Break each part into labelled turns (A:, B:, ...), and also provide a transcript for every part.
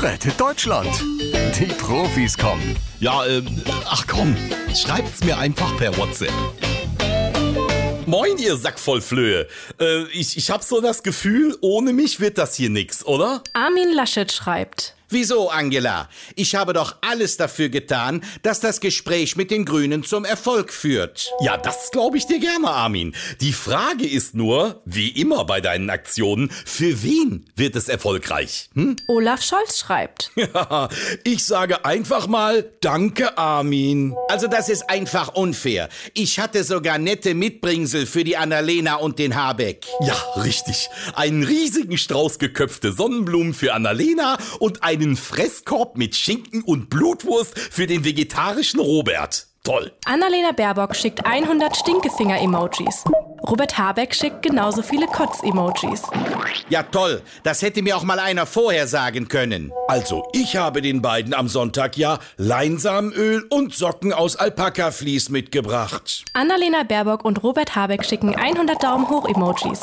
A: Rettet Deutschland. Die Profis kommen.
B: Ja, ähm, ach komm, schreibt's mir einfach per WhatsApp.
C: Moin, ihr Sack voll Flöhe. Äh, ich, ich hab so das Gefühl, ohne mich wird das hier nix, oder?
D: Armin Laschet schreibt.
E: Wieso, Angela? Ich habe doch alles dafür getan, dass das Gespräch mit den Grünen zum Erfolg führt.
C: Ja, das glaube ich dir gerne, Armin. Die Frage ist nur, wie immer bei deinen Aktionen, für wen wird es erfolgreich? Hm?
D: Olaf Scholz schreibt.
C: Ja, ich sage einfach mal Danke, Armin.
E: Also das ist einfach unfair. Ich hatte sogar nette Mitbringsel für die Annalena und den Habeck.
C: Ja, richtig. Einen riesigen Strauß geköpfte Sonnenblumen für Annalena und ein einen Fresskorb mit Schinken und Blutwurst für den vegetarischen Robert. Toll.
D: Annalena Baerbock schickt 100 Stinkefinger-Emojis. Robert Habeck schickt genauso viele Kotz-Emojis.
E: Ja, toll. Das hätte mir auch mal einer vorher sagen können.
F: Also, ich habe den beiden am Sonntag ja Leinsamenöl und Socken aus Alpakaflies mitgebracht.
D: Annalena Baerbock und Robert Habeck schicken 100 Daumen hoch-Emojis.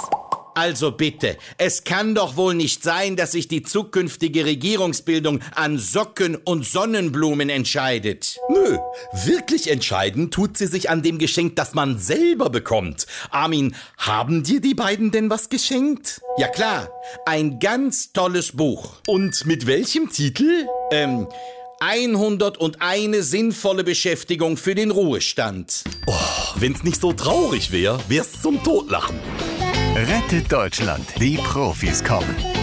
E: Also bitte, es kann doch wohl nicht sein, dass sich die zukünftige Regierungsbildung an Socken und Sonnenblumen entscheidet.
C: Nö, wirklich entscheiden tut sie sich an dem Geschenk, das man selber bekommt. Armin, haben dir die beiden denn was geschenkt?
E: Ja klar, ein ganz tolles Buch.
C: Und mit welchem Titel?
E: Ähm, 101 sinnvolle Beschäftigung für den Ruhestand.
C: Oh, wenn's nicht so traurig wäre, wär's zum Totlachen.
A: Rettet Deutschland. Die Profis kommen.